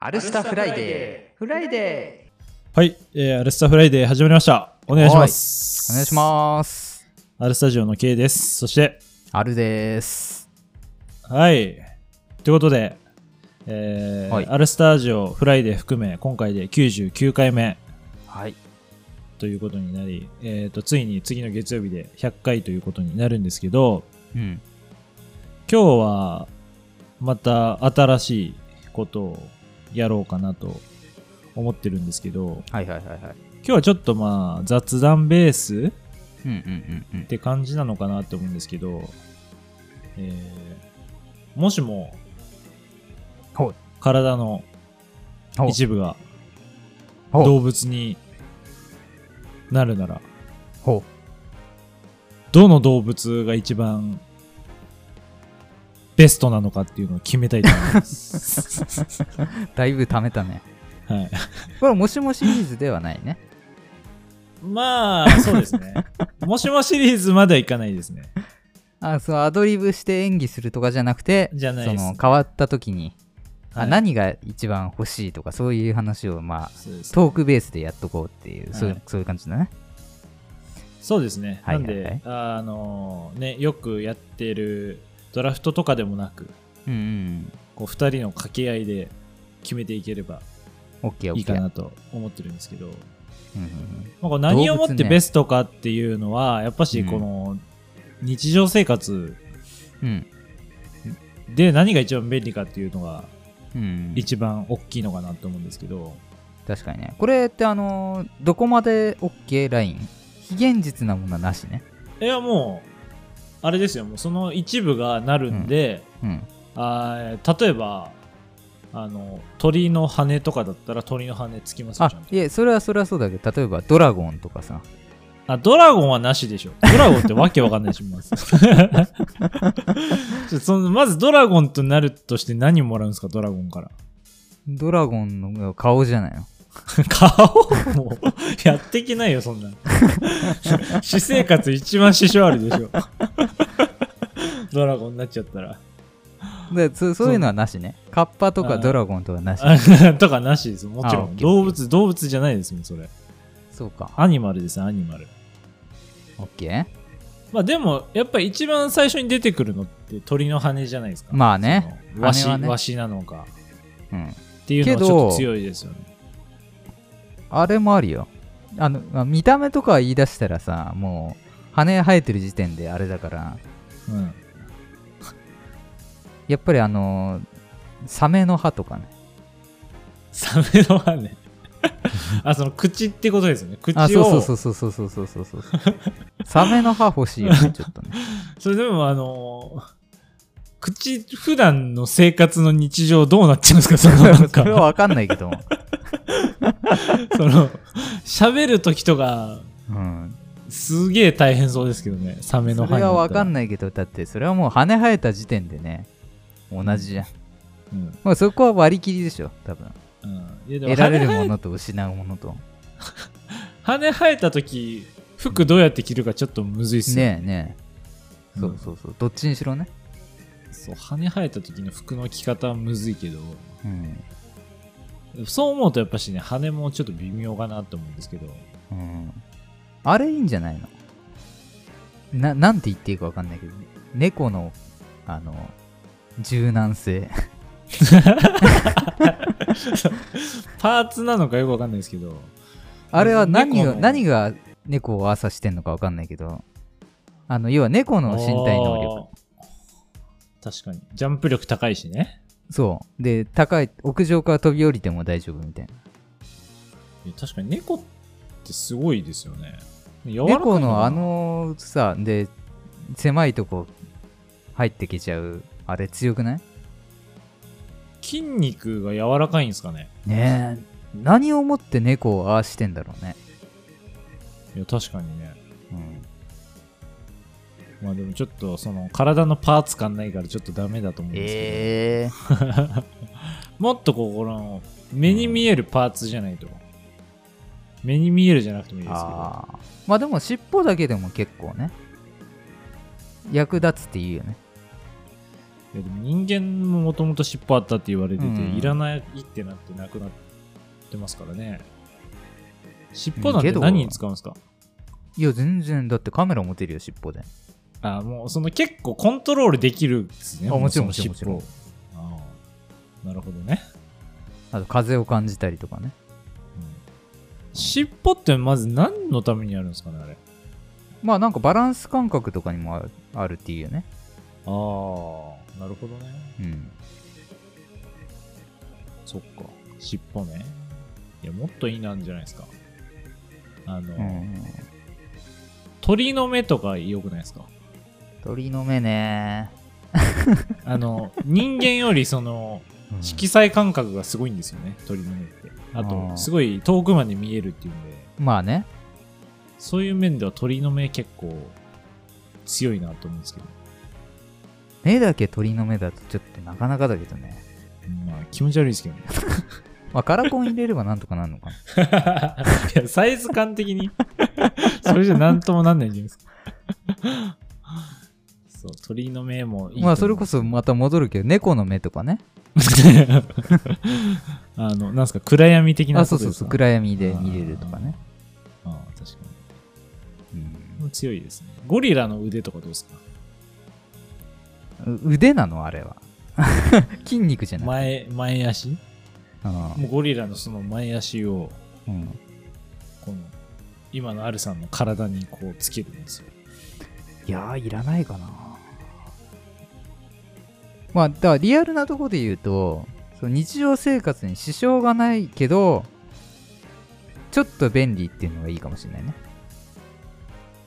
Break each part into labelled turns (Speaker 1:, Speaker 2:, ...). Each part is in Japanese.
Speaker 1: アルスタフライデー。フライデ
Speaker 2: はい、えー、アルスタフライデー始まりました。お願いします。
Speaker 1: ー。お願いします。
Speaker 2: す。アルスタジオの K です。そして、
Speaker 1: アルです。
Speaker 2: はい。ということで、えー
Speaker 1: はい
Speaker 2: アルスタジオフライデー含め、今回で99回目
Speaker 1: はい。
Speaker 2: ということになり、えー、とついに次の月曜日で100回ということになるんですけど、
Speaker 1: うん。
Speaker 2: 今日はまた新しいことをやろうかなと思ってるんですけど、
Speaker 1: はいはいはいはい。
Speaker 2: 今日はちょっとまあ雑談ベース
Speaker 1: うんうんうんうん
Speaker 2: っ。て感じなのかなって思うんですけど、えーもしも
Speaker 1: ほう
Speaker 2: 体の
Speaker 1: ほう
Speaker 2: 一部が
Speaker 1: ほう
Speaker 2: 動物になるなら
Speaker 1: ほ
Speaker 2: どの動物が一番ベストなのかっていうのを決めたいと思い ます。
Speaker 1: う。だいぶ貯めたね。
Speaker 2: はい、
Speaker 1: これ、もしもシリーズではないね。
Speaker 2: まあそうですね。もしもシリーズまではいかないですね。
Speaker 1: あ、そう、アドリブして演技するとかじゃなくて、
Speaker 2: じゃない
Speaker 1: そ
Speaker 2: です。
Speaker 1: の、変わった時に、
Speaker 2: は
Speaker 1: あ、
Speaker 2: い
Speaker 1: 何が一番欲しいとか、そういう話を、まあ、
Speaker 2: そうです
Speaker 1: トークベースでやっとこうっていう、そうい
Speaker 2: は
Speaker 1: うそういう感じだね。
Speaker 2: そうですね。
Speaker 1: はいはいはい
Speaker 2: なんで、あのね、よくやってるドラフトとかでもなく、
Speaker 1: うんうん。
Speaker 2: こう2人の掛け合いで決めていければ
Speaker 1: オッケーオ
Speaker 2: いい
Speaker 1: ッケ
Speaker 2: か
Speaker 1: ー。
Speaker 2: なと思ってるんですけど、ま
Speaker 1: うんうんうん
Speaker 2: あ、こう何をもっ
Speaker 1: 動物
Speaker 2: て
Speaker 1: ね
Speaker 2: ベストかっていうのは、やっぱしこの日常生活
Speaker 1: うん
Speaker 2: で何が一番便利かっていうのが
Speaker 1: うん。
Speaker 2: 一番大きいのかなと思うんですけど、
Speaker 1: 確かにねこれってあのーどこまで OK ライン非現実なものはなしね
Speaker 2: いやもうあれですよもうその一部がなるんで、
Speaker 1: うん
Speaker 2: あー例えばあの鳥の羽とかだったら鳥の羽つきますよ
Speaker 1: あ
Speaker 2: ちゃんと
Speaker 1: いえそれはそれはそうだけど例えばドラゴンとかさ
Speaker 2: あ、ドラゴンはなしでしょ。ドラゴンってわけわかんないし ます。ちょそのまずドラゴンとなるとして何もらうんですか、ドラゴンから。
Speaker 1: ドラゴンの顔じゃないの
Speaker 2: 顔もうやってきないよ、そんな。 私生活一番支障あるでしょ。 ドラゴンになっちゃったら。
Speaker 1: でそそういうのはなしねカッパとか
Speaker 2: あー
Speaker 1: ドラゴンとかなし
Speaker 2: あとかなしです。もちろ
Speaker 1: あオッ
Speaker 2: ん。
Speaker 1: ケーオ
Speaker 2: 動
Speaker 1: ッケー
Speaker 2: 物、動物じゃないですもん、それ。
Speaker 1: そうか
Speaker 2: アニマルです、アニマル。
Speaker 1: OK
Speaker 2: まあでも、やっぱり一番最初に出てくるのって鳥の羽じゃないですか。
Speaker 1: まあね
Speaker 2: その。わし、
Speaker 1: 羽はね
Speaker 2: わしなのか。
Speaker 1: うん
Speaker 2: っていうのは
Speaker 1: け
Speaker 2: ち
Speaker 1: ど
Speaker 2: ょっと強いですよね。
Speaker 1: あれもあるよあの、まあ見た目とか言い出したらさもう羽生えてる時点であれだから
Speaker 2: うん、
Speaker 1: やっぱりあのーサメの歯とかね
Speaker 2: サメの羽 ね。あ、その口ってことですよね。口を。
Speaker 1: あそうそうそうそうそうそうそうそうそうサメの歯欲しいよねちょっとね
Speaker 2: それでも、あのー口、普段の生活の日常どうなっちゃうんですかその、なん
Speaker 1: それは
Speaker 2: か、
Speaker 1: 分かんないけども、
Speaker 2: その、喋るときとか、
Speaker 1: うん、
Speaker 2: すげえ大変そうですけどね。サメの
Speaker 1: そ
Speaker 2: 羽
Speaker 1: れは分かん
Speaker 2: ない。
Speaker 1: ないけどだってそれはもう羽生えた時点でね同じじゃん、
Speaker 2: うん。
Speaker 1: まあ、そこは割り切りでしょ多分
Speaker 2: うん、いやでも
Speaker 1: 得られる
Speaker 2: 羽
Speaker 1: も
Speaker 2: 生え
Speaker 1: のと失うものと
Speaker 2: 羽生えたとき、服どうやって着るかちょっとむずいっすよ
Speaker 1: ねえねえそうそうそうどっちにしろね、
Speaker 2: そう、羽生えたときの服の着方はむずいけど、
Speaker 1: うん
Speaker 2: そう思うとやっぱしね、羽もちょっと微妙かなと思うんですけど、
Speaker 1: うん、あれいいんじゃないのななんて言っていいか分かんないけど猫のあの柔軟 性
Speaker 2: パーツなのかよくわかんないですけど、
Speaker 1: あれは何
Speaker 2: 猫
Speaker 1: が
Speaker 2: の
Speaker 1: 何が猫を朝してんのか分かんないけどあの要は猫の身体能力
Speaker 2: あー。確かに。ジャンプ力高いしね。
Speaker 1: そう。で、高い、屋上から飛び降りても大丈夫みたいな。
Speaker 2: いや確かに猫ってすごいですよね。柔らかい
Speaker 1: 猫のあ
Speaker 2: かな、
Speaker 1: のさ、で、狭いとこ入ってきちゃう、あれ強くない
Speaker 2: 筋肉が柔らかいんですかね。
Speaker 1: ねえ。何をもって猫をああしてんだろうね。
Speaker 2: いや、確かにね。
Speaker 1: うん。
Speaker 2: まあでもちょっと、その、体のパーツ感ないからちょっとダメだと思うんですけど、
Speaker 1: ええー。
Speaker 2: もっとこう、この、目に見えるパーツじゃないと。目に見えるじゃなくてもいいですけど。
Speaker 1: ああ。まあでも尻尾だけでも結構ね。役立つって言うよね。
Speaker 2: いやでも人間ももともと尻尾あったって言われてて、
Speaker 1: うん
Speaker 2: いらないってなってなくなってますからね尻尾なん
Speaker 1: け
Speaker 2: て
Speaker 1: ど
Speaker 2: 何に使うんですか
Speaker 1: いや、全然、だってカメラ持てるよ、尻尾で。
Speaker 2: あもうその結構コントロールできるんですね
Speaker 1: あもちろん
Speaker 2: もうその
Speaker 1: もちろんも
Speaker 2: 尻尾をああなるほどね、
Speaker 1: あと、風を感じたりとかね。
Speaker 2: うん尻尾ってまず何のためにあるんですかねあれ
Speaker 1: まあ、なんかバランス感覚とかにもあるあるっていうよね。
Speaker 2: ああなるほどね
Speaker 1: うん。
Speaker 2: そっか尻尾ねいやもっといいなんじゃないですかあの、
Speaker 1: うん、
Speaker 2: 鳥の目とか良くないですか
Speaker 1: 鳥の目ね。
Speaker 2: あの人間よりその
Speaker 1: うん
Speaker 2: 色彩感覚がすごいんですよね鳥の目ってあ
Speaker 1: あ
Speaker 2: と
Speaker 1: ー
Speaker 2: すごい遠くまで見えるっていうので
Speaker 1: まあね。
Speaker 2: そういう面では鳥の目結構強いなと思うんですけど、
Speaker 1: 目だけ鳥の目だとちょっとなかなかだけどね。
Speaker 2: まあ気持ち悪いですけ どね
Speaker 1: まあ、カラコン入れればなんとかなるの かな。
Speaker 2: いやサイズ感的にそれじゃ何ともなんないじゃないですかそう鳥の目もいいと思う
Speaker 1: まあ、それこそまた戻るけど、猫の目とかね。
Speaker 2: あのなんすか暗闇的な
Speaker 1: あ、
Speaker 2: こ
Speaker 1: そうそ
Speaker 2: とで
Speaker 1: う
Speaker 2: す
Speaker 1: そう、
Speaker 2: か
Speaker 1: 暗闇で見れるとかね。
Speaker 2: あーあー確かに
Speaker 1: うん
Speaker 2: もう強いですねゴリラの腕とかどうですか
Speaker 1: う腕なのあれは。 筋肉じゃない。
Speaker 2: 前前足
Speaker 1: うん
Speaker 2: もうゴリラのその前足を
Speaker 1: うん
Speaker 2: この今のアルさんの体にこうつけるんですよ
Speaker 1: いやー、いらないかな。まあ、だからリアルなとこで言うと、その日常生活に支障がないけど、ちょっと便利っていうのがいいかもしれないね。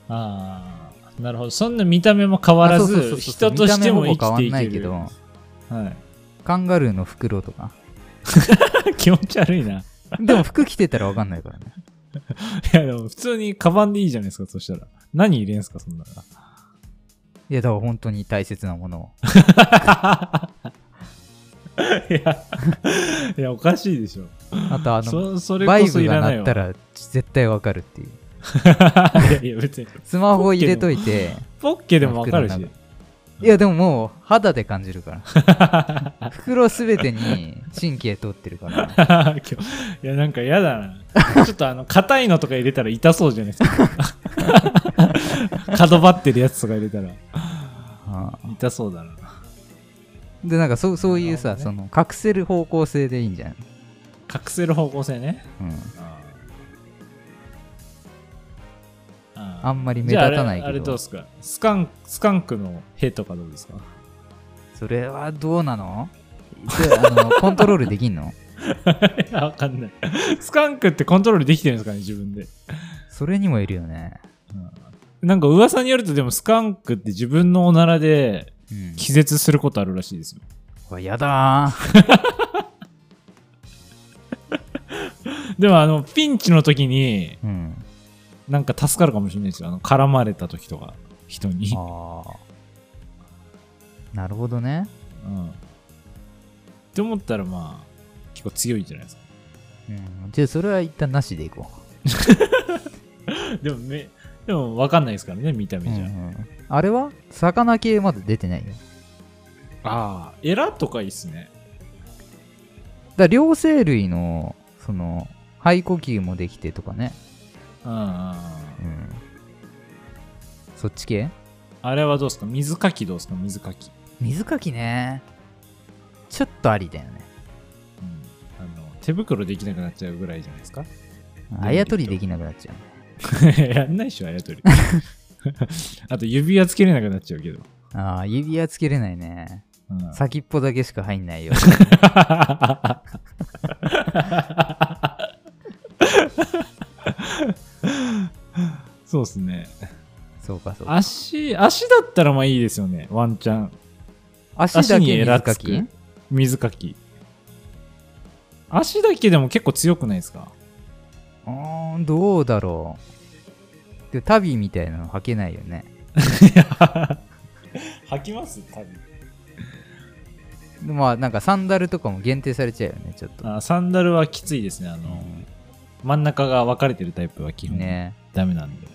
Speaker 2: ああなるほどそんな見た目も変わら
Speaker 1: あそうそうそ
Speaker 2: ず
Speaker 1: うそう
Speaker 2: 人としても生
Speaker 1: 見た目
Speaker 2: き
Speaker 1: ほぼ
Speaker 2: て
Speaker 1: 変わん
Speaker 2: い
Speaker 1: な
Speaker 2: け
Speaker 1: いけ
Speaker 2: る
Speaker 1: ど、
Speaker 2: はい
Speaker 1: カンガルーの袋とか。
Speaker 2: 気持ち悪い ない
Speaker 1: でも服着てたらわかんないからね。
Speaker 2: やでも普通にカバンでいいじゃないですかそしたら何入れんすかそんなの
Speaker 1: いや、だから本当に大切なものを。
Speaker 2: いやいやおかしいでしょ
Speaker 1: あと、あの、
Speaker 2: そそれ
Speaker 1: バ
Speaker 2: こ
Speaker 1: イ
Speaker 2: そ
Speaker 1: ブ
Speaker 2: い
Speaker 1: が
Speaker 2: らな
Speaker 1: 鳴
Speaker 2: い
Speaker 1: っ
Speaker 2: わ
Speaker 1: たら絶対わかるっていう。
Speaker 2: いやいや別に
Speaker 1: スマホを入れといて、
Speaker 2: ポッケでもわかる
Speaker 1: 袋の
Speaker 2: し
Speaker 1: 中いやでももう肌で感じるから 袋すべてに神経通ってるから
Speaker 2: 今日いやなんか嫌だなちょっとあの硬いのとか入れたら痛そうじゃないです か角張ってるやつとか入れたら
Speaker 1: ああ
Speaker 2: 痛そうだな
Speaker 1: でなんかそうそういうさ、
Speaker 2: なるほ
Speaker 1: その隠せる方向性でいいんじゃない、
Speaker 2: 隠せる方向性ね
Speaker 1: うん、
Speaker 2: あ
Speaker 1: あんまり目立たないけど
Speaker 2: じゃああれあれどうですかスカンスカンクのヘとかどうですか
Speaker 1: それはどうなのそれあのコントロールできんの
Speaker 2: いやわかんないスカンクってコントロールできてるんですかね自分で、
Speaker 1: それにもいるよね、
Speaker 2: なんか噂によるとでもスカンクって自分のおならで
Speaker 1: うん
Speaker 2: 気絶することあるらしいですよ
Speaker 1: うわ、やだー
Speaker 2: でもあのピンチの時に
Speaker 1: うん
Speaker 2: なんか助かるかもしれないですよあの絡まれた時とか人に、
Speaker 1: ああなるほどね
Speaker 2: うん、って思ったらまあ結構強いんじゃないですか
Speaker 1: うんじゃあそれは一旦なしでいこ
Speaker 2: でもめでも分かんないですからね見た
Speaker 1: う、
Speaker 2: 目じゃ、
Speaker 1: うんうんあれは魚系まだ出てないよ
Speaker 2: ああエラとかいいっすね
Speaker 1: だから両生類のその肺呼吸もできてとかね、
Speaker 2: うんうんうん
Speaker 1: うん、そっち系
Speaker 2: あれはどうですか水かきどうですか水かき、
Speaker 1: 水かきねちょっとありだよね
Speaker 2: うん、あの手袋できなくなっちゃうぐらいじゃないですか
Speaker 1: あやとりできなくなっちゃう
Speaker 2: やんないっしょあやとり あと指輪つけれなくなっちゃうけど、
Speaker 1: あー指輪つけれないね
Speaker 2: うん、
Speaker 1: 先っぽだけしか入ん ないよ
Speaker 2: そうですね。
Speaker 1: そうかそうか
Speaker 2: 足、足だったらまあいいですよね。ワンチャン。
Speaker 1: 足だ
Speaker 2: に
Speaker 1: け
Speaker 2: エ
Speaker 1: 水
Speaker 2: ラ
Speaker 1: か
Speaker 2: つ
Speaker 1: き
Speaker 2: く水かき。足だけでも結構強くないです か
Speaker 1: うーんどうだろうでも足袋みたいなの履けないよね
Speaker 2: 履きます多
Speaker 1: でまあなんかサンダルとかも限定されちゃうよねちょっと
Speaker 2: 分あ。サンダルはきついですね。あの、真ん中が分かれてるタイプは基本、
Speaker 1: ね
Speaker 2: ダメなんで。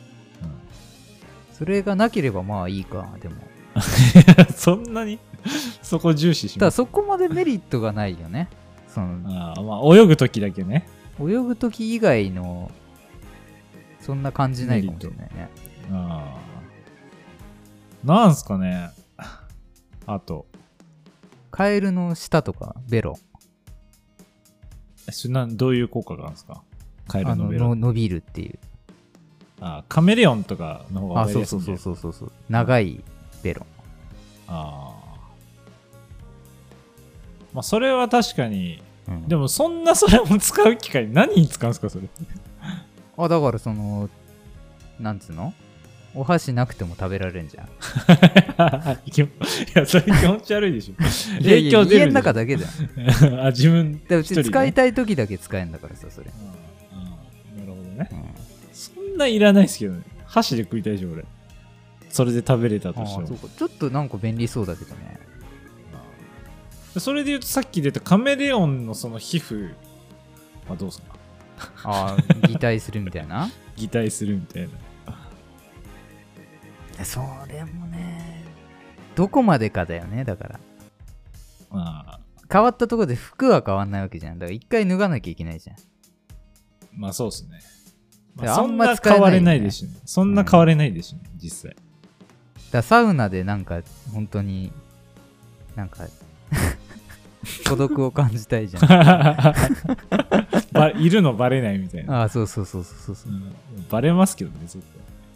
Speaker 1: それがなければまあいいかでも
Speaker 2: そんなにそこ重視し
Speaker 1: だ
Speaker 2: ます
Speaker 1: そこまでメリットがないよねその
Speaker 2: あーまあ泳ぐ時だけね
Speaker 1: 泳ぐ時以外のそんな感じないかもしれないね
Speaker 2: あーなんすかねあと
Speaker 1: カエルの舌とかベロ
Speaker 2: えそれなんどういう効果があるんですかカエ
Speaker 1: あ
Speaker 2: ルの
Speaker 1: の
Speaker 2: ベロ
Speaker 1: の伸びるっていう
Speaker 2: あーカメレオンとかの方が
Speaker 1: あ
Speaker 2: 覚え
Speaker 1: そう
Speaker 2: やす
Speaker 1: そ
Speaker 2: い
Speaker 1: うんそう
Speaker 2: で
Speaker 1: そうそうそう長いベロ
Speaker 2: あーまあそれは確かに
Speaker 1: うん
Speaker 2: でもそんなそれも使う機会何に使うんですかそれ
Speaker 1: あだからそのなんつうのお箸なくても食べられるんじ ゃん
Speaker 2: いけいや、それ気持ち悪いでしょ。
Speaker 1: いやいや
Speaker 2: 影響出
Speaker 1: 家
Speaker 2: る
Speaker 1: の中
Speaker 2: でしょ。
Speaker 1: だけだ よ
Speaker 2: あ、自分
Speaker 1: でう
Speaker 2: 一人
Speaker 1: ち
Speaker 2: ね
Speaker 1: 使いたい時だけ使えんだからさそれ、
Speaker 2: うんうんなるほどね。
Speaker 1: うん
Speaker 2: そんないらないですけどね。箸で食いたいでしょ、俺。それで食べれたとして
Speaker 1: あ
Speaker 2: も。
Speaker 1: そう
Speaker 2: そ
Speaker 1: かちょっとなんか便利そうだけどね
Speaker 2: れで言うと、さっき出たカメレオンのその皮膚はどうすか
Speaker 1: あ あ擬態するみたいな
Speaker 2: 擬態するみたいな。
Speaker 1: それもねどこまでかだよねだから
Speaker 2: まあ、
Speaker 1: 変わったところで服は変わんないわけじゃんだから一回脱がなきゃいけないじゃん
Speaker 2: まあそうですね。
Speaker 1: で
Speaker 2: まあ、
Speaker 1: あ
Speaker 2: そ
Speaker 1: ん
Speaker 2: ん
Speaker 1: ま
Speaker 2: な
Speaker 1: 使えないよ
Speaker 2: 変
Speaker 1: ね
Speaker 2: われないですしね。そんな変われないですしね、実
Speaker 1: だ
Speaker 2: 際。
Speaker 1: からサウナでなんか本当になんか 孤独を感じたいじゃ ん
Speaker 2: ばいるのバレないみたいな。
Speaker 1: ああそうそうそうそうそう
Speaker 2: うんバレますけどね、絶対。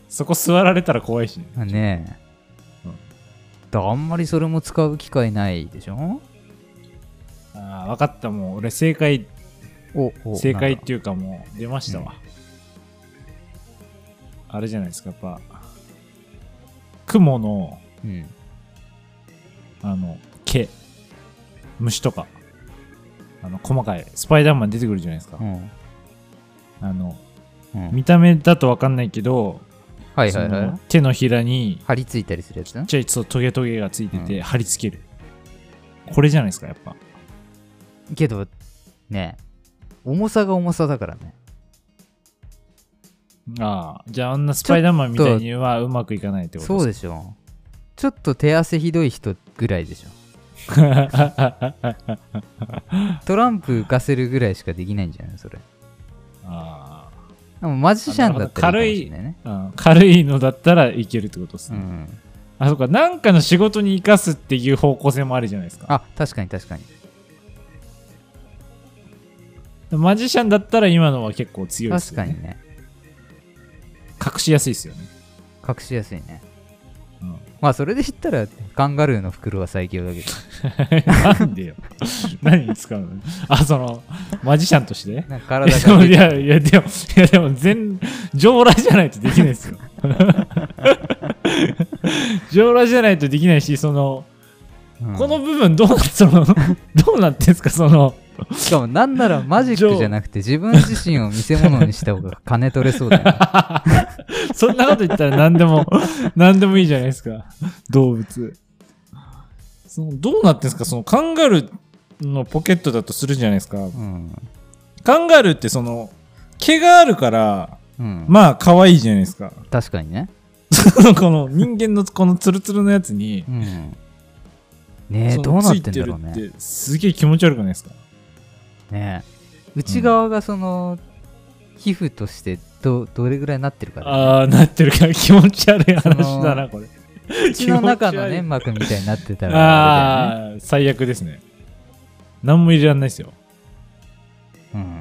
Speaker 2: そこ座られたら怖いしね。
Speaker 1: まあねえ、
Speaker 2: うん
Speaker 1: だからあんまりそれも使う機会ないでしょ
Speaker 2: ああ、分かった、もう俺正解、
Speaker 1: おお
Speaker 2: 正解
Speaker 1: な
Speaker 2: っ
Speaker 1: んだ
Speaker 2: ていうかもう出ましたわ。あれじゃないですか、やっぱ、雲の、
Speaker 1: うん
Speaker 2: あの、毛、虫とか、あの、細かい、スパイダーマン出てくるじゃないですか
Speaker 1: う。ん
Speaker 2: あの、
Speaker 1: うん、
Speaker 2: 見た目だと分かんないけど、
Speaker 1: はいはいは
Speaker 2: その
Speaker 1: い
Speaker 2: 手のひらに、
Speaker 1: 張り付いたりするやつ
Speaker 2: ちっちゃいそうトゲトゲがついてて、貼り付ける。これじゃないですか、やっぱ。
Speaker 1: けどね重さが重さだからね
Speaker 2: ああ、じゃああんなスパイダーマンみたいにはうまくいかないってこと
Speaker 1: そうで
Speaker 2: で
Speaker 1: しょちょっと手汗ひどい人ぐらい でしょ
Speaker 2: すか
Speaker 1: トランプ浮かせるぐらいしかできないんじゃないそれ
Speaker 2: あ
Speaker 1: でもマジシャンだったらいいかもしれないね
Speaker 2: あうん軽いのだったらいけるってことです
Speaker 1: う
Speaker 2: ね。
Speaker 1: ん、
Speaker 2: あ、そっか、なんかの仕事に生かすっていう方向性もあるじゃないですか。
Speaker 1: あ確かに確かに
Speaker 2: マジシャンだったら今のは結構強いです
Speaker 1: 確
Speaker 2: よ
Speaker 1: かに
Speaker 2: ね。
Speaker 1: ね
Speaker 2: 隠しやすいですよね。
Speaker 1: 隠しやすいね
Speaker 2: うん
Speaker 1: まあそれで言ったらカンガルーの袋は最強だけど
Speaker 2: なんでよ。 何に使うの あ、その、マジシャンとして
Speaker 1: なんか体
Speaker 2: いや
Speaker 1: が
Speaker 2: いや、いや、でも、いや、でも、全、上羅じゃないとできないですよ。 上羅じゃないとできないし、その、
Speaker 1: うん
Speaker 2: この部分どうな、その、どうなってんすか、その、
Speaker 1: しかもなんならマジックじゃなくて自分自身を見せ物にした方が金取れそうだよ ね
Speaker 2: そんなこと言ったら何で も、何でもいいじゃないですか、動物。その、どうなってんすか、その、カンガルーのポケットだとするじゃないですか。
Speaker 1: うん
Speaker 2: カンガルーって、その、毛があるから、
Speaker 1: うん、
Speaker 2: まあ、可愛いじゃないですか。
Speaker 1: 確かにね
Speaker 2: そのこの人間のこのツルツルのやつに、
Speaker 1: うんねえ
Speaker 2: その
Speaker 1: どうなってんだろう
Speaker 2: ついて
Speaker 1: ね
Speaker 2: るってすげえ気持ち悪くないですか
Speaker 1: ねえ内側がその、皮膚としてどどれぐらいなってるかだよね
Speaker 2: ああ、なってるから気持ち悪い話だ な、これ。
Speaker 1: 口の中の
Speaker 2: 気持ち悪い
Speaker 1: 粘膜みたいになってたらあれ
Speaker 2: ああ、最悪ですね。何も入れられないですよ。
Speaker 1: だよね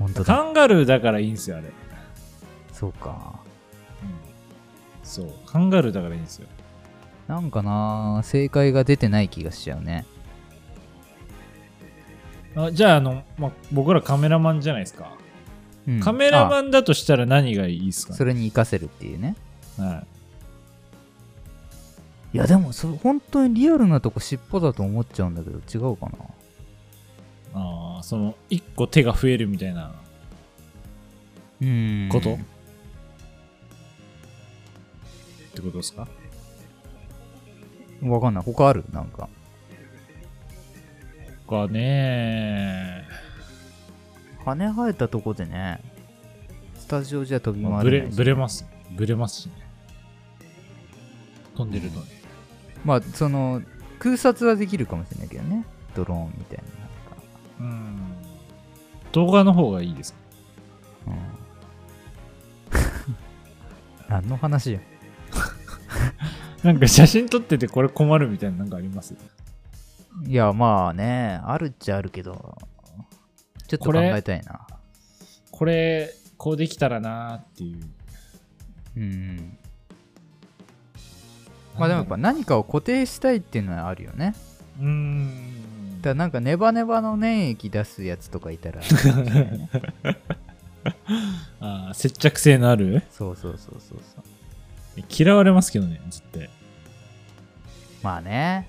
Speaker 1: うん本当だ
Speaker 2: カンガルーだからいいんですよ、あれ。
Speaker 1: そうか
Speaker 2: そう、カンガルーだからいいんですよ。
Speaker 1: なんかな正解が出てない気がしちゃうね
Speaker 2: あじゃあ、あの、まあ、僕らカメラマンじゃないですか。
Speaker 1: うん
Speaker 2: カメラマ
Speaker 1: あ
Speaker 2: ンだとしたら何がいいですか
Speaker 1: それに活かせるっていうね
Speaker 2: はい、
Speaker 1: やでもそ本当にリアルなとこ尻尾だと思っちゃうんだけど違うかない
Speaker 2: ああ、その、一個手が増えるみたいな
Speaker 1: うん
Speaker 2: こと、ってことですか
Speaker 1: わかんない他あるなんか
Speaker 2: かね
Speaker 1: 羽生えたとこでねスタジオじゃ飛び
Speaker 2: まあ
Speaker 1: 回
Speaker 2: ぶ
Speaker 1: れ
Speaker 2: れ
Speaker 1: ないし
Speaker 2: ぶれますぶれますしね飛んでるとね、
Speaker 1: まあその空撮はできるかもしれないけどねドローンみたいなのとか
Speaker 2: うん。動画の方がいいですか
Speaker 1: うん 何の話や
Speaker 2: なんか写真撮っててこれ困るみたいななんかあります
Speaker 1: いやまあねあるっちゃあるけどちょっと
Speaker 2: こ
Speaker 1: 考
Speaker 2: れ
Speaker 1: えたいな
Speaker 2: これ、こうできたらなーっていう。
Speaker 1: うんまあでもやっぱ何かを固定したいっていうのはあるよね
Speaker 2: うーん
Speaker 1: だからなんかネバネバの粘液出すやつとかいたらいいかもしれ ないね
Speaker 2: あー接着性のある
Speaker 1: そうそうそうそうそう
Speaker 2: 嫌われますけどね、絶対。
Speaker 1: まあね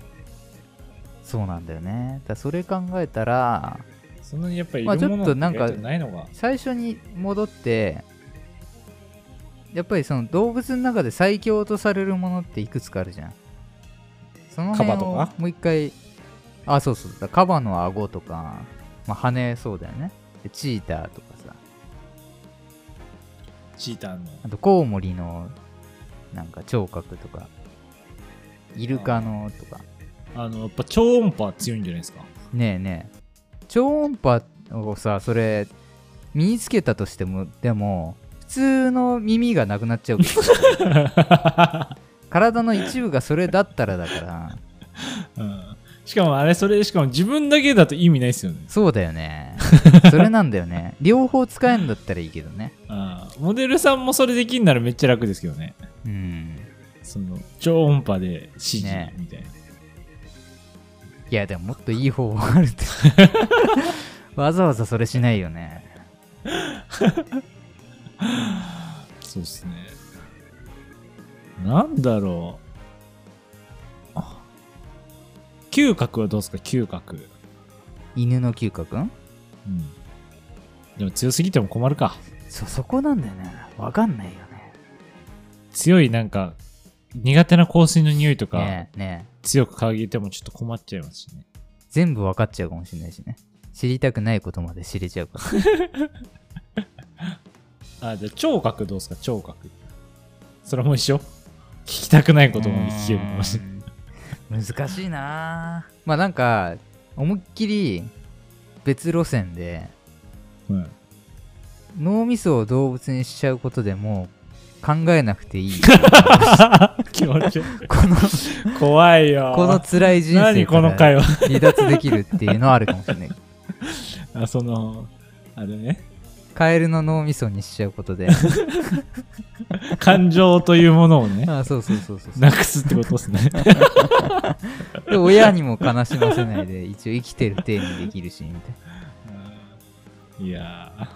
Speaker 1: そうなんだよねだからそれ考えたら
Speaker 2: そんなにやっぱりい
Speaker 1: まあ
Speaker 2: るもの
Speaker 1: ちょっとなんか
Speaker 2: って意外とないのが。
Speaker 1: 最初に戻ってやっぱりその動物の中で最強とされるものっていくつかあるじゃんその辺
Speaker 2: カ
Speaker 1: を
Speaker 2: バとか
Speaker 1: もう一回あそうそうだからカバの顎とか、まあ、羽そうだよねでチーターとかさ
Speaker 2: チーターの。
Speaker 1: あとコウモリのなんか聴覚とかイルカのとか
Speaker 2: あの、やっぱ超音波強いんじゃないですか。
Speaker 1: ねえねえ超音波をさそれ身につけたとしてもでも普通の耳がなくなっちゃう体の一部がそれだったらだから
Speaker 2: うん。しかもあれ、それ、しかも自分だけだと意味ないですよね。
Speaker 1: そうだよねそれなんだよね両方使えるんだったらいいけどね
Speaker 2: あーモデルさんもそれできんならめっちゃ楽ですけどね。
Speaker 1: うん
Speaker 2: その、超音波で指示
Speaker 1: ね
Speaker 2: みたいな。
Speaker 1: いやでももっといい方法あるってわざわざそれしないよね
Speaker 2: そうっすね。なんだろう。あ嗅覚はどうですか嗅覚。
Speaker 1: 犬の嗅覚ん
Speaker 2: うん。でも強すぎても困るか。
Speaker 1: そそこなんだよねわかんないよね
Speaker 2: 強いなんか、苦手な香水の匂いとか、
Speaker 1: ねえねえ
Speaker 2: 強く嗅ぎてもちょっと困っちゃいますしね。
Speaker 1: 全部分かっちゃうかもしれないしね知りたくないことまで知れちゃうから
Speaker 2: あ、じゃあ聴覚どうですか聴覚。それも一緒聞きたくないことも聞けるかもしれない。
Speaker 1: うーん難しいなあまあなんか思いっきり別路線で
Speaker 2: うん
Speaker 1: 脳みそを動物にしちゃうことでもう考えなくて いい
Speaker 2: 気持ち悪
Speaker 1: この
Speaker 2: い。怖いよ。
Speaker 1: この辛い人生
Speaker 2: 何この
Speaker 1: から
Speaker 2: 会話。
Speaker 1: 離脱できるっていうのはあるかもしれない
Speaker 2: あ、その、あれね。
Speaker 1: カエルの脳みそにしちゃうこと で
Speaker 2: 感情というものをね、
Speaker 1: ああそうそうそうそうそう
Speaker 2: なくすってことですね。
Speaker 1: で親にも悲しませないで一応生きてる体にできるしみたい
Speaker 2: いやー。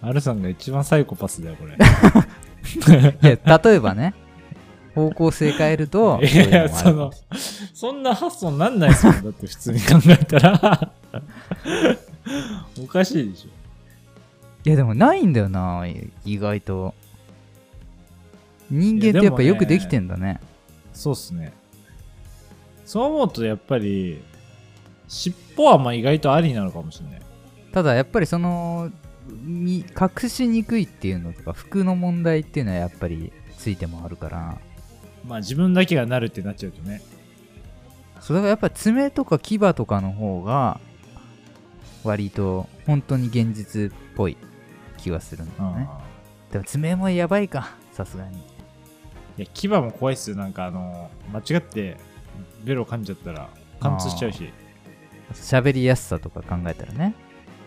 Speaker 2: アルさんが一番サイコパスだよ、これ。
Speaker 1: ないや例えばね方向性変えると
Speaker 2: いやいや、
Speaker 1: そうい
Speaker 2: そ
Speaker 1: うのもあ
Speaker 2: の
Speaker 1: る、
Speaker 2: そんな発想なんないですもん。だって普通に考えたら。 おかしいでしょ。
Speaker 1: いやでもないんだよな意外と人間ってやっぱよくできてんだね
Speaker 2: そうっすね。そう思うと、やっぱり、尻尾はまあ意外とありなのかもしれない。
Speaker 1: ただやっぱりそのに隠しにくいっていうのとか服の問題っていうのはやっぱりついてもあるから
Speaker 2: まあ自分だけがなるってなっちゃうとね。
Speaker 1: そうだからやっぱ爪とか牙とかの方が割と本当に現実っぽい気はするんだよね
Speaker 2: あ
Speaker 1: でも爪もやばいかさすがに
Speaker 2: ーいや、牙も怖いっすよ。なんかあの、間違ってベロ噛んじゃったら貫通しちゃうし。
Speaker 1: 喋りやすさとか考えたらね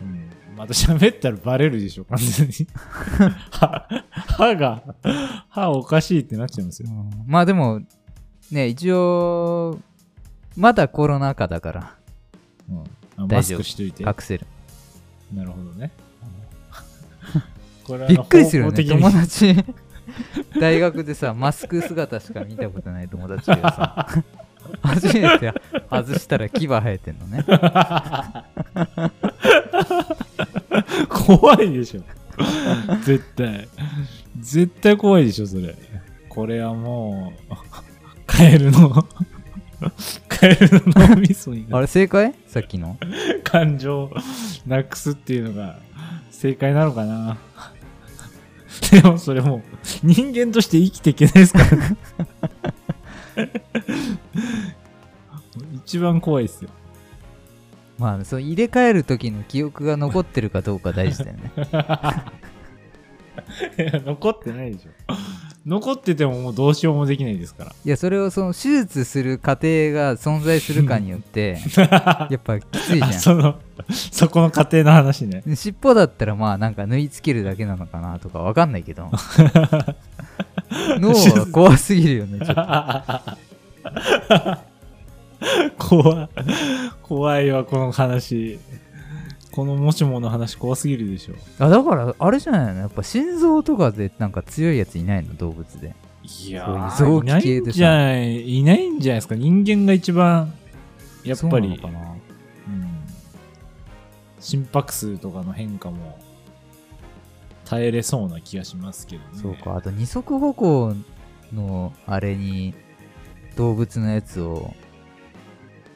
Speaker 2: うん。また喋ったらバレるでしょ、完全に。 歯歯が、歯おかしいってなっちゃいますよ。
Speaker 1: うんまあでもね一応まだコロナ禍だから
Speaker 2: うんあ。
Speaker 1: 大
Speaker 2: マ
Speaker 1: 丈夫
Speaker 2: スクしといて。
Speaker 1: アクセル
Speaker 2: なるほど ね。これ
Speaker 1: びっくりするよね
Speaker 2: あの
Speaker 1: 友達大学でさマスク姿しか見たことない友達がさ 初めて外したら牙生えてんのね
Speaker 2: 怖いでしょ絶対絶対怖いでしょそれこれはもう カエルのカエルの脳みそに
Speaker 1: あれ正解さっきの
Speaker 2: 感情をなくすっていうのが正解なのかな でもそれもう人間として生きていけないですからね 一番怖いですよ。
Speaker 1: まあ、その入れ替える時の記憶が残ってるかどうか大事だよ ね。
Speaker 2: いや 残ってないでしょ。残っててももうどうしようもできないですから。
Speaker 1: いや、それをその手術する過程が存在するかによ って、やっぱきついじゃ
Speaker 2: あ その、そこの過程の話ね。
Speaker 1: ん。尻尾だったらまあなんか縫い付けるだけなのかなとかわかんない けど脳は怖すぎるよねちょっと
Speaker 2: 怖い。怖いわ、この話。このもしもの話怖すぎるでしょ。
Speaker 1: あだからあれじゃないのやっぱ心臓とかでなんか強いやついないの動物で
Speaker 2: い
Speaker 1: やー
Speaker 2: いないんじゃない、いないんじゃないですか。人間が一番、やっ
Speaker 1: そうな
Speaker 2: ぱり、
Speaker 1: のかな
Speaker 2: うん心拍数とかの変化も耐えれそうな気がしますけどね。
Speaker 1: そうか、あと二足歩行のあれに動物のやつを、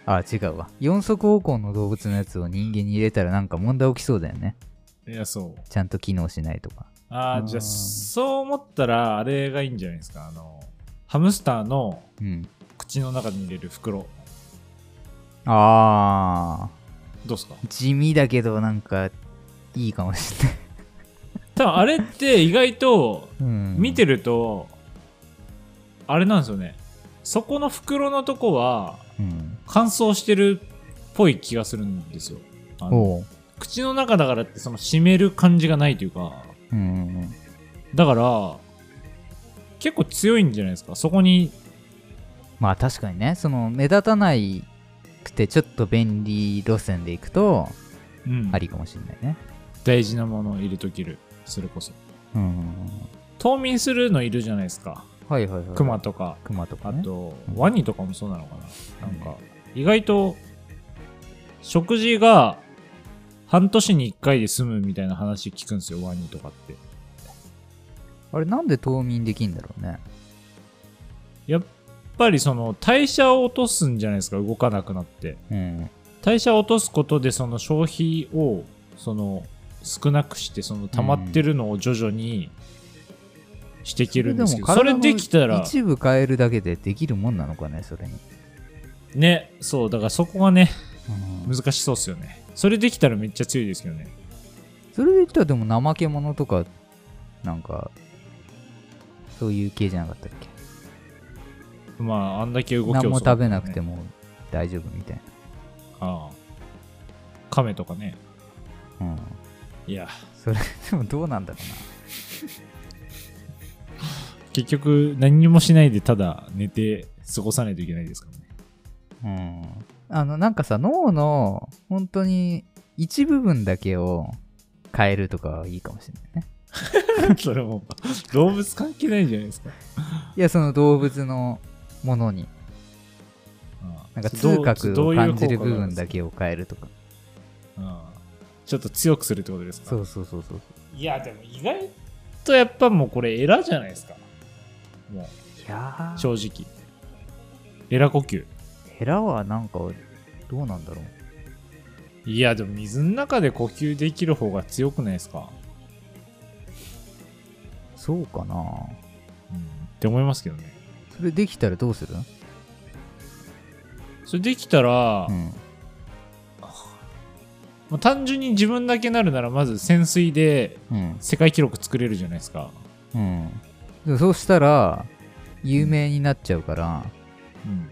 Speaker 1: あ、違うわ。四足歩行の動物のやつを人間に入れたらなんか問題起きそうだよね。
Speaker 2: いや、そう。
Speaker 1: ちゃんと機能しないとか。
Speaker 2: あ
Speaker 1: あ
Speaker 2: あ、
Speaker 1: ー
Speaker 2: じゃあ、そう思ったら、あれがいいんじゃないですか。あの、ハムスターの
Speaker 1: うん。
Speaker 2: 口の中に入れる袋。
Speaker 1: あ
Speaker 2: どうですか
Speaker 1: ー、地味だけどなんかいいかもしれない。
Speaker 2: 多分あれって意外と、
Speaker 1: うん、
Speaker 2: 見てると、あれなんですよね。そこの袋のとこは、
Speaker 1: うん。
Speaker 2: 乾燥してるっぽい気がするんですよ。あの
Speaker 1: おう。
Speaker 2: 口の中だからって、その湿る感じがないというか、
Speaker 1: うん。
Speaker 2: だから、結構強いんじゃないですか。そこに、
Speaker 1: まあ確かにね、その目立たないくてちょっと便利路線で行くと
Speaker 2: うん
Speaker 1: ありかもしれないね。
Speaker 2: 大事なものを入れとける。それこそ。
Speaker 1: うん。
Speaker 2: 冬眠するのいるじゃないですか。
Speaker 1: はいはいはい。
Speaker 2: クマとか、
Speaker 1: 熊とか
Speaker 2: あ
Speaker 1: ね。
Speaker 2: と
Speaker 1: う、ん
Speaker 2: ワニとかもそうなのかな。なんか、意外と、食事が半年に1回で済むみたいな話聞くんですよ、ワニとかって。
Speaker 1: あれなんで冬眠できんだろうね。
Speaker 2: やっぱりその代謝を落とすんじゃないですか、動かなくなって。
Speaker 1: うん。
Speaker 2: 代謝を落とすことでその消費をその少なくしてその溜まってるのを徐々にしていけるんですけど、それできたら
Speaker 1: 一部変えるだけでできるもんなのかね、それに。
Speaker 2: ねそうだからそこがね
Speaker 1: うん
Speaker 2: 難しそうっすよねそれできたらめっちゃ強いですけどね
Speaker 1: それで言ったらでも怠け者とか、なんか、そういう系じゃなかったっけ
Speaker 2: まああんだけ動きを
Speaker 1: 何も食べなくても大丈夫みたい
Speaker 2: ああ亀とかね
Speaker 1: な。うん。
Speaker 2: いや
Speaker 1: それでもどうなんだろ
Speaker 2: 結局何にもしないでただ寝て過ごさないといけないですか
Speaker 1: う
Speaker 2: らね
Speaker 1: な。うん。あの、なんかさ、脳の本当に一部分だけを変えるとかはいいかもしれないね。
Speaker 2: それもう動物関係ないじゃないですか
Speaker 1: いや、その動物のものに。なんか痛覚を感じる部分だ
Speaker 2: け
Speaker 1: けを変えるとか。
Speaker 2: ちょっと強くするってことですか
Speaker 1: そうそうそうそう。
Speaker 2: いやでも意外とやっぱもうこれエラじゃないですかも
Speaker 1: いやー、
Speaker 2: う正直エラ呼吸
Speaker 1: ヘラはなんか、どうなんだろう。
Speaker 2: いやでも水の中で呼吸できる方が強くないですか、
Speaker 1: そうかな
Speaker 2: うん、って思いますけどね
Speaker 1: それできたらどうする
Speaker 2: それできたら、
Speaker 1: うん。
Speaker 2: まあ単純に自分だけなるならまず潜水で
Speaker 1: うん。
Speaker 2: 世界記録作れるじゃないですか、
Speaker 1: うん。でもそうしたら、有名になっちゃうから、
Speaker 2: うん、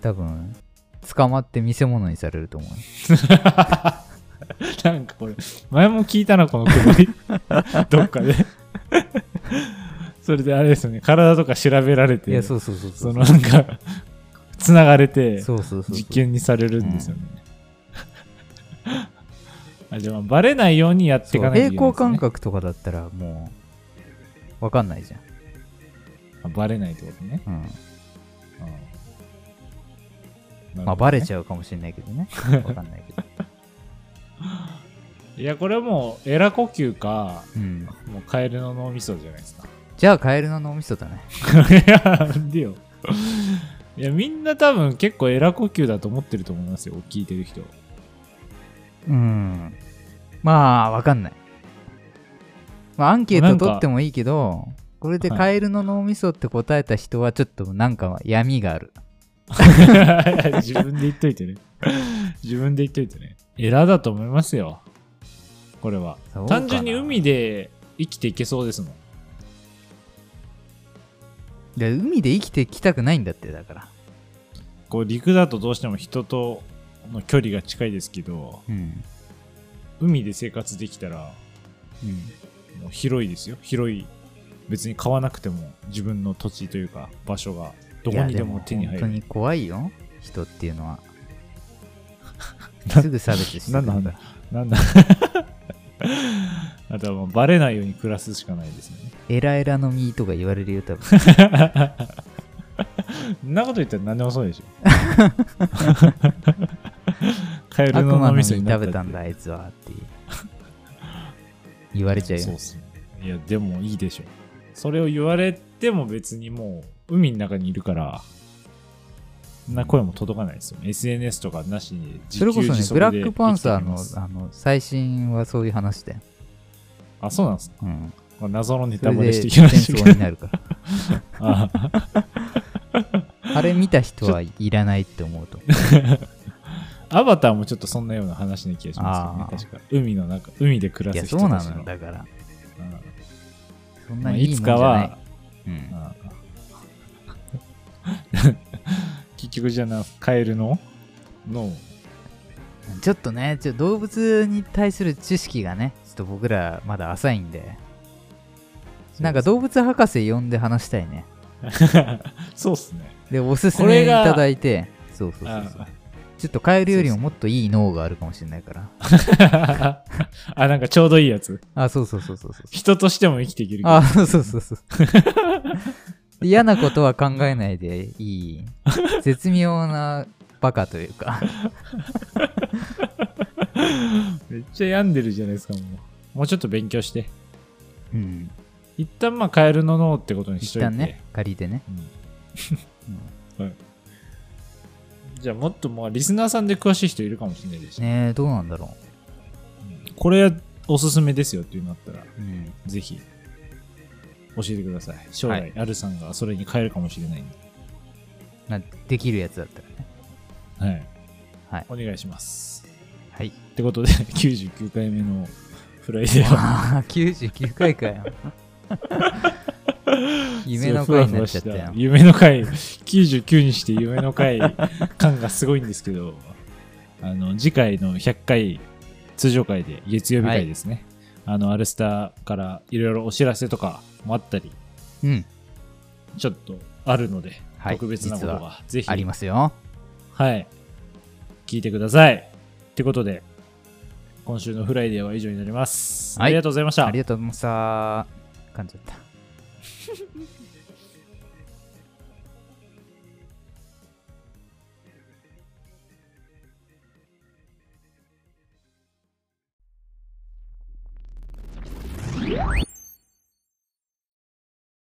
Speaker 1: 多分、捕まって見せ物にされると思う。
Speaker 2: なんかこれ、前も聞いたな、この くだり。どっかで。それであれですよね、体とか調べられて、
Speaker 1: いや、そうそうそうそ。
Speaker 2: そうのなんか、つながれて、
Speaker 1: そうそうそうそう。
Speaker 2: 実験にされるんですよね。あじゃあまあ、バレないようにやってい
Speaker 1: そう
Speaker 2: かないとい
Speaker 1: 平
Speaker 2: けな
Speaker 1: 行
Speaker 2: いです
Speaker 1: 感
Speaker 2: ね
Speaker 1: 覚とかだったら、もう、わかんないじゃん。
Speaker 2: あバレないってことね。
Speaker 1: うん。
Speaker 2: うん
Speaker 1: まあ、バレちゃうかもしれないけど ね。わかんないけど。
Speaker 2: いや、これはもう、エラ呼吸か、
Speaker 1: うん。
Speaker 2: もうカエルの脳みそじゃないですか。
Speaker 1: じゃあ、カエルの脳みそだね。
Speaker 2: いや、なんでよ。いや、みんな多分結構エラ呼吸だと思ってると思いますよ、聞いてる人。
Speaker 1: うん。まあ、わかんない。まあ、アンケート取ってもいいけど、これで
Speaker 2: はい
Speaker 1: カエルの脳みそって答えた人はちょっとなんか闇がある。
Speaker 2: 自分で言っといてね。自分で言っといてね。エラだと思いますよ。これは
Speaker 1: そう。かな
Speaker 2: 単純に海で生きていけそうですもん。
Speaker 1: で海で生きてきたくないんだってだから。
Speaker 2: こう陸だとどうしても人との距離が近いですけど、
Speaker 1: うん。
Speaker 2: 海で生活できたら
Speaker 1: うん。
Speaker 2: もう広いですよ。広い。別に買わなくても自分の土地というか場所がどこにでも手に入
Speaker 1: いやでも本
Speaker 2: る。。
Speaker 1: 当に怖いよ、人っていうのはすぐ差別してく
Speaker 2: な
Speaker 1: る
Speaker 2: んだなんだなんだ あとはもうバレないように暮らすしかないですね。
Speaker 1: エラエラの実とか言われるよ、多分。
Speaker 2: そんなこと言ったら何でもそ うでしょ。 カエル
Speaker 1: 悪
Speaker 2: の
Speaker 1: 魔
Speaker 2: 脳
Speaker 1: の
Speaker 2: み
Speaker 1: 実
Speaker 2: そに
Speaker 1: 食
Speaker 2: なったっ
Speaker 1: べ
Speaker 2: て
Speaker 1: たんだ、あいつは。っていう言われちゃうよ
Speaker 2: そう。っすね。いや、でもいいでしょ。それを言われても別にもう海の中にいるから、そんな声も届かないですよ。SNS とかなしに
Speaker 1: そ
Speaker 2: 自
Speaker 1: れこ
Speaker 2: 給
Speaker 1: そね
Speaker 2: 自、足
Speaker 1: ブ
Speaker 2: で
Speaker 1: ラックパンサー
Speaker 2: 生きていき
Speaker 1: の
Speaker 2: ます
Speaker 1: あの最新はそういう話だよ。
Speaker 2: あ、そうなんですか。
Speaker 1: うん。
Speaker 2: まあ謎のネ
Speaker 1: そ
Speaker 2: タバ
Speaker 1: れ
Speaker 2: レ
Speaker 1: で
Speaker 2: していき
Speaker 1: 戦
Speaker 2: まし
Speaker 1: 争
Speaker 2: たけ
Speaker 1: に
Speaker 2: ど。
Speaker 1: なるから。
Speaker 2: あ
Speaker 1: あれ見た人はいらないって思うと思う。
Speaker 2: アバターもちょっとそんなような話な気がしますよね。確か。海の中、海で暮ら
Speaker 1: いや、
Speaker 2: す
Speaker 1: そ
Speaker 2: 人
Speaker 1: う
Speaker 2: たちの。
Speaker 1: なのよ、だから。
Speaker 2: うん
Speaker 1: そん
Speaker 2: ま
Speaker 1: な
Speaker 2: あ、
Speaker 1: にいい
Speaker 2: い
Speaker 1: もん
Speaker 2: つ
Speaker 1: じゃな
Speaker 2: か
Speaker 1: い。
Speaker 2: は、
Speaker 1: うん
Speaker 2: うん 結局じゃあな、カエルの脳
Speaker 1: ちょっとね、ちょ動物に対する知識がね、ちょっと僕らまだ浅いんで、なんか動物博士呼んで話したいね。
Speaker 2: そうっすね。
Speaker 1: で、おすす
Speaker 2: こ
Speaker 1: め
Speaker 2: れ
Speaker 1: い
Speaker 2: が
Speaker 1: ただいて、そうそうそうそう。ちょっとカエルよりももっといい脳があるかもしれないから。
Speaker 2: あ、なんかちょうどいいやつ。
Speaker 1: あ、そうそうそうそうそう。
Speaker 2: 人としても生きていけるけど。
Speaker 1: あ、そうそうそうそう。嫌なことは考えないでいい、絶妙なバカというか、
Speaker 2: めっちゃ病んでるじゃないですか、もう。もうちょっと勉強して。
Speaker 1: うん、
Speaker 2: 一旦まあカエルの脳ってことにし
Speaker 1: 一
Speaker 2: といて。
Speaker 1: 旦ね、借りてね。
Speaker 2: うん はいじゃあもっともうリスナーさんで詳しい人いるかもしれないですし、
Speaker 1: ねえ、どうなんだろ
Speaker 2: うんこれおすすめですよっていうのあったら、
Speaker 1: う。うん、
Speaker 2: ぜひ教えてください。将来、
Speaker 1: はい
Speaker 2: アルさんがそれに変えるかもしれないんで。
Speaker 1: なできるやつだったらね。
Speaker 2: は
Speaker 1: は
Speaker 2: い。
Speaker 1: い
Speaker 2: お願いします。
Speaker 1: はい。
Speaker 2: ってことで、99回目のフライデーは、
Speaker 1: あー99回か よ。夢の回になっちゃった
Speaker 2: ふわふわ
Speaker 1: よ
Speaker 2: し。夢の回、99にして夢の回感がすごいんですけど、 あの、次回の100回、通常回で、月曜日回ですね。あの、アルスターからいろいろお知らせとかもあったり、
Speaker 1: うん、
Speaker 2: ちょっとあるので、
Speaker 1: はい
Speaker 2: 特別なこと
Speaker 1: 実
Speaker 2: が、ぜひ、
Speaker 1: ありますよ。
Speaker 2: はい。聞いてください。ってことで、今週のフライデーは以上になります。
Speaker 1: はい
Speaker 2: ありがとうございました
Speaker 1: あ。りがとうございました。噛んじゃった。